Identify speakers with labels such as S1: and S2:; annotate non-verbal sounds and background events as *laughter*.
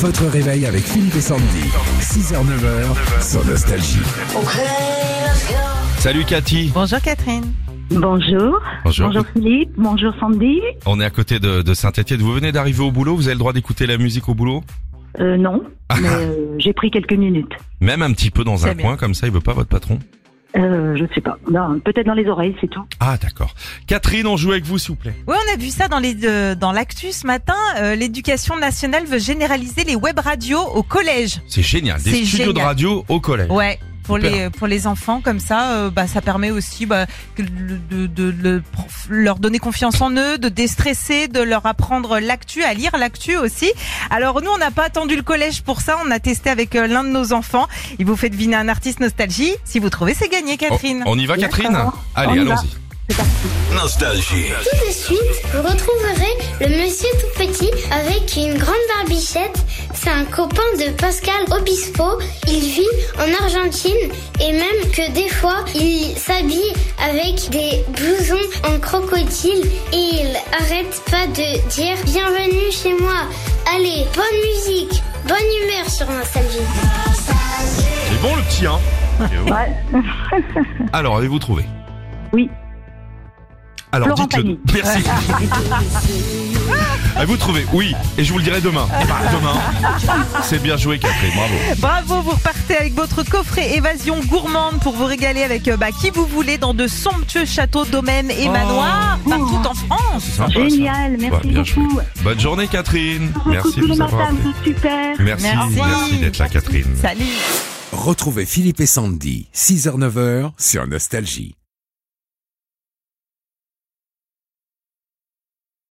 S1: Votre réveil avec Philippe et Sandy. 6h-9h sur Nostalgie.
S2: Salut Cathy.
S3: Bonjour Catherine.
S4: Bonjour.
S2: Bonjour.
S4: Philippe. Bonjour Sandy.
S2: On est à côté de, Saint-Etienne. Vous venez d'arriver au boulot, vous avez le droit d'écouter la musique au boulot
S4: Euh, non,
S2: Ah,
S4: mais euh, j'ai pris quelques minutes.
S2: Même un petit peu dans
S3: C'est
S2: un
S3: bien.
S2: coin, comme ça, il veut pas votre patron
S4: Euh, je sais pas. Non, peut-être dans les oreilles, c'est tout.
S2: Ah d'accord. Catherine, on joue avec vous s'il vous plaît.
S3: Oui, on a vu ça dans les euh, dans l'actu ce matin. Euh, L'éducation nationale veut généraliser les web radios au collège.
S2: C'est génial, des
S3: C'est
S2: studios de
S3: génial.
S2: radio au collège.
S3: Ouais. Pour
S2: Eh, Super.
S3: les, pour les enfants, comme ça, euh, bah, ça permet aussi bah, que le- de, de- le prof- leur donner confiance en eux, de déstresser, de leur apprendre l'actu, à lire l'actu aussi. Alors nous, on n'a pas attendu le collège pour ça, on a testé avec euh, l'un de nos enfants. Il vous fait deviner un artiste nostalgie. Si vous trouvez, c'est gagné,
S2: Oh,
S3: Catherine.
S2: on y va Catherine
S4: D'accord.
S2: Allez,
S4: On y va.
S2: allons-y.
S5: Tout de suite, vous retrouverez le monsieur tout petit avec une grande barbichette. C'est un copain de Pascal Obispo. Il vit en Argentine et même que des fois, il s'habille avec des blousons en crocodile et il arrête pas de dire bienvenue chez moi. Allez, bonne musique, bonne humeur sur Nostalgie.
S2: C'est bon le petit hein
S4: Ouais.
S2: *laughs* Alors, avez-vous trouvé
S4: Oui.
S2: Alors
S4: Florent
S2: dites-le.
S4: Pagny.
S2: Merci. avez-vous trouvé Oui. Et je vous le dirai demain. Bah, demain. C'est bien joué Catherine, bravo.
S3: Bravo, vous repartez avec votre coffret évasion gourmande pour vous régaler avec euh, bah, qui vous voulez dans de somptueux châteaux, domaines et
S2: Oh.
S3: manoirs partout en France.
S2: C'est sympa, Ah, bah, ça.
S4: Génial. Merci
S2: Ouais, Bah, bien joué.
S4: beaucoup.
S2: Bonne journée Catherine.
S4: Beaucoup
S2: Merci
S4: tous
S2: de
S4: les
S2: nous avoir
S4: matins,
S2: appelés.
S4: vous êtes super.
S2: Merci,
S3: Merci.
S2: merci d'être là Catherine.
S3: Salut.
S1: Retrouvez Philippe et Sandy. 6h-9h sur Nostalgie.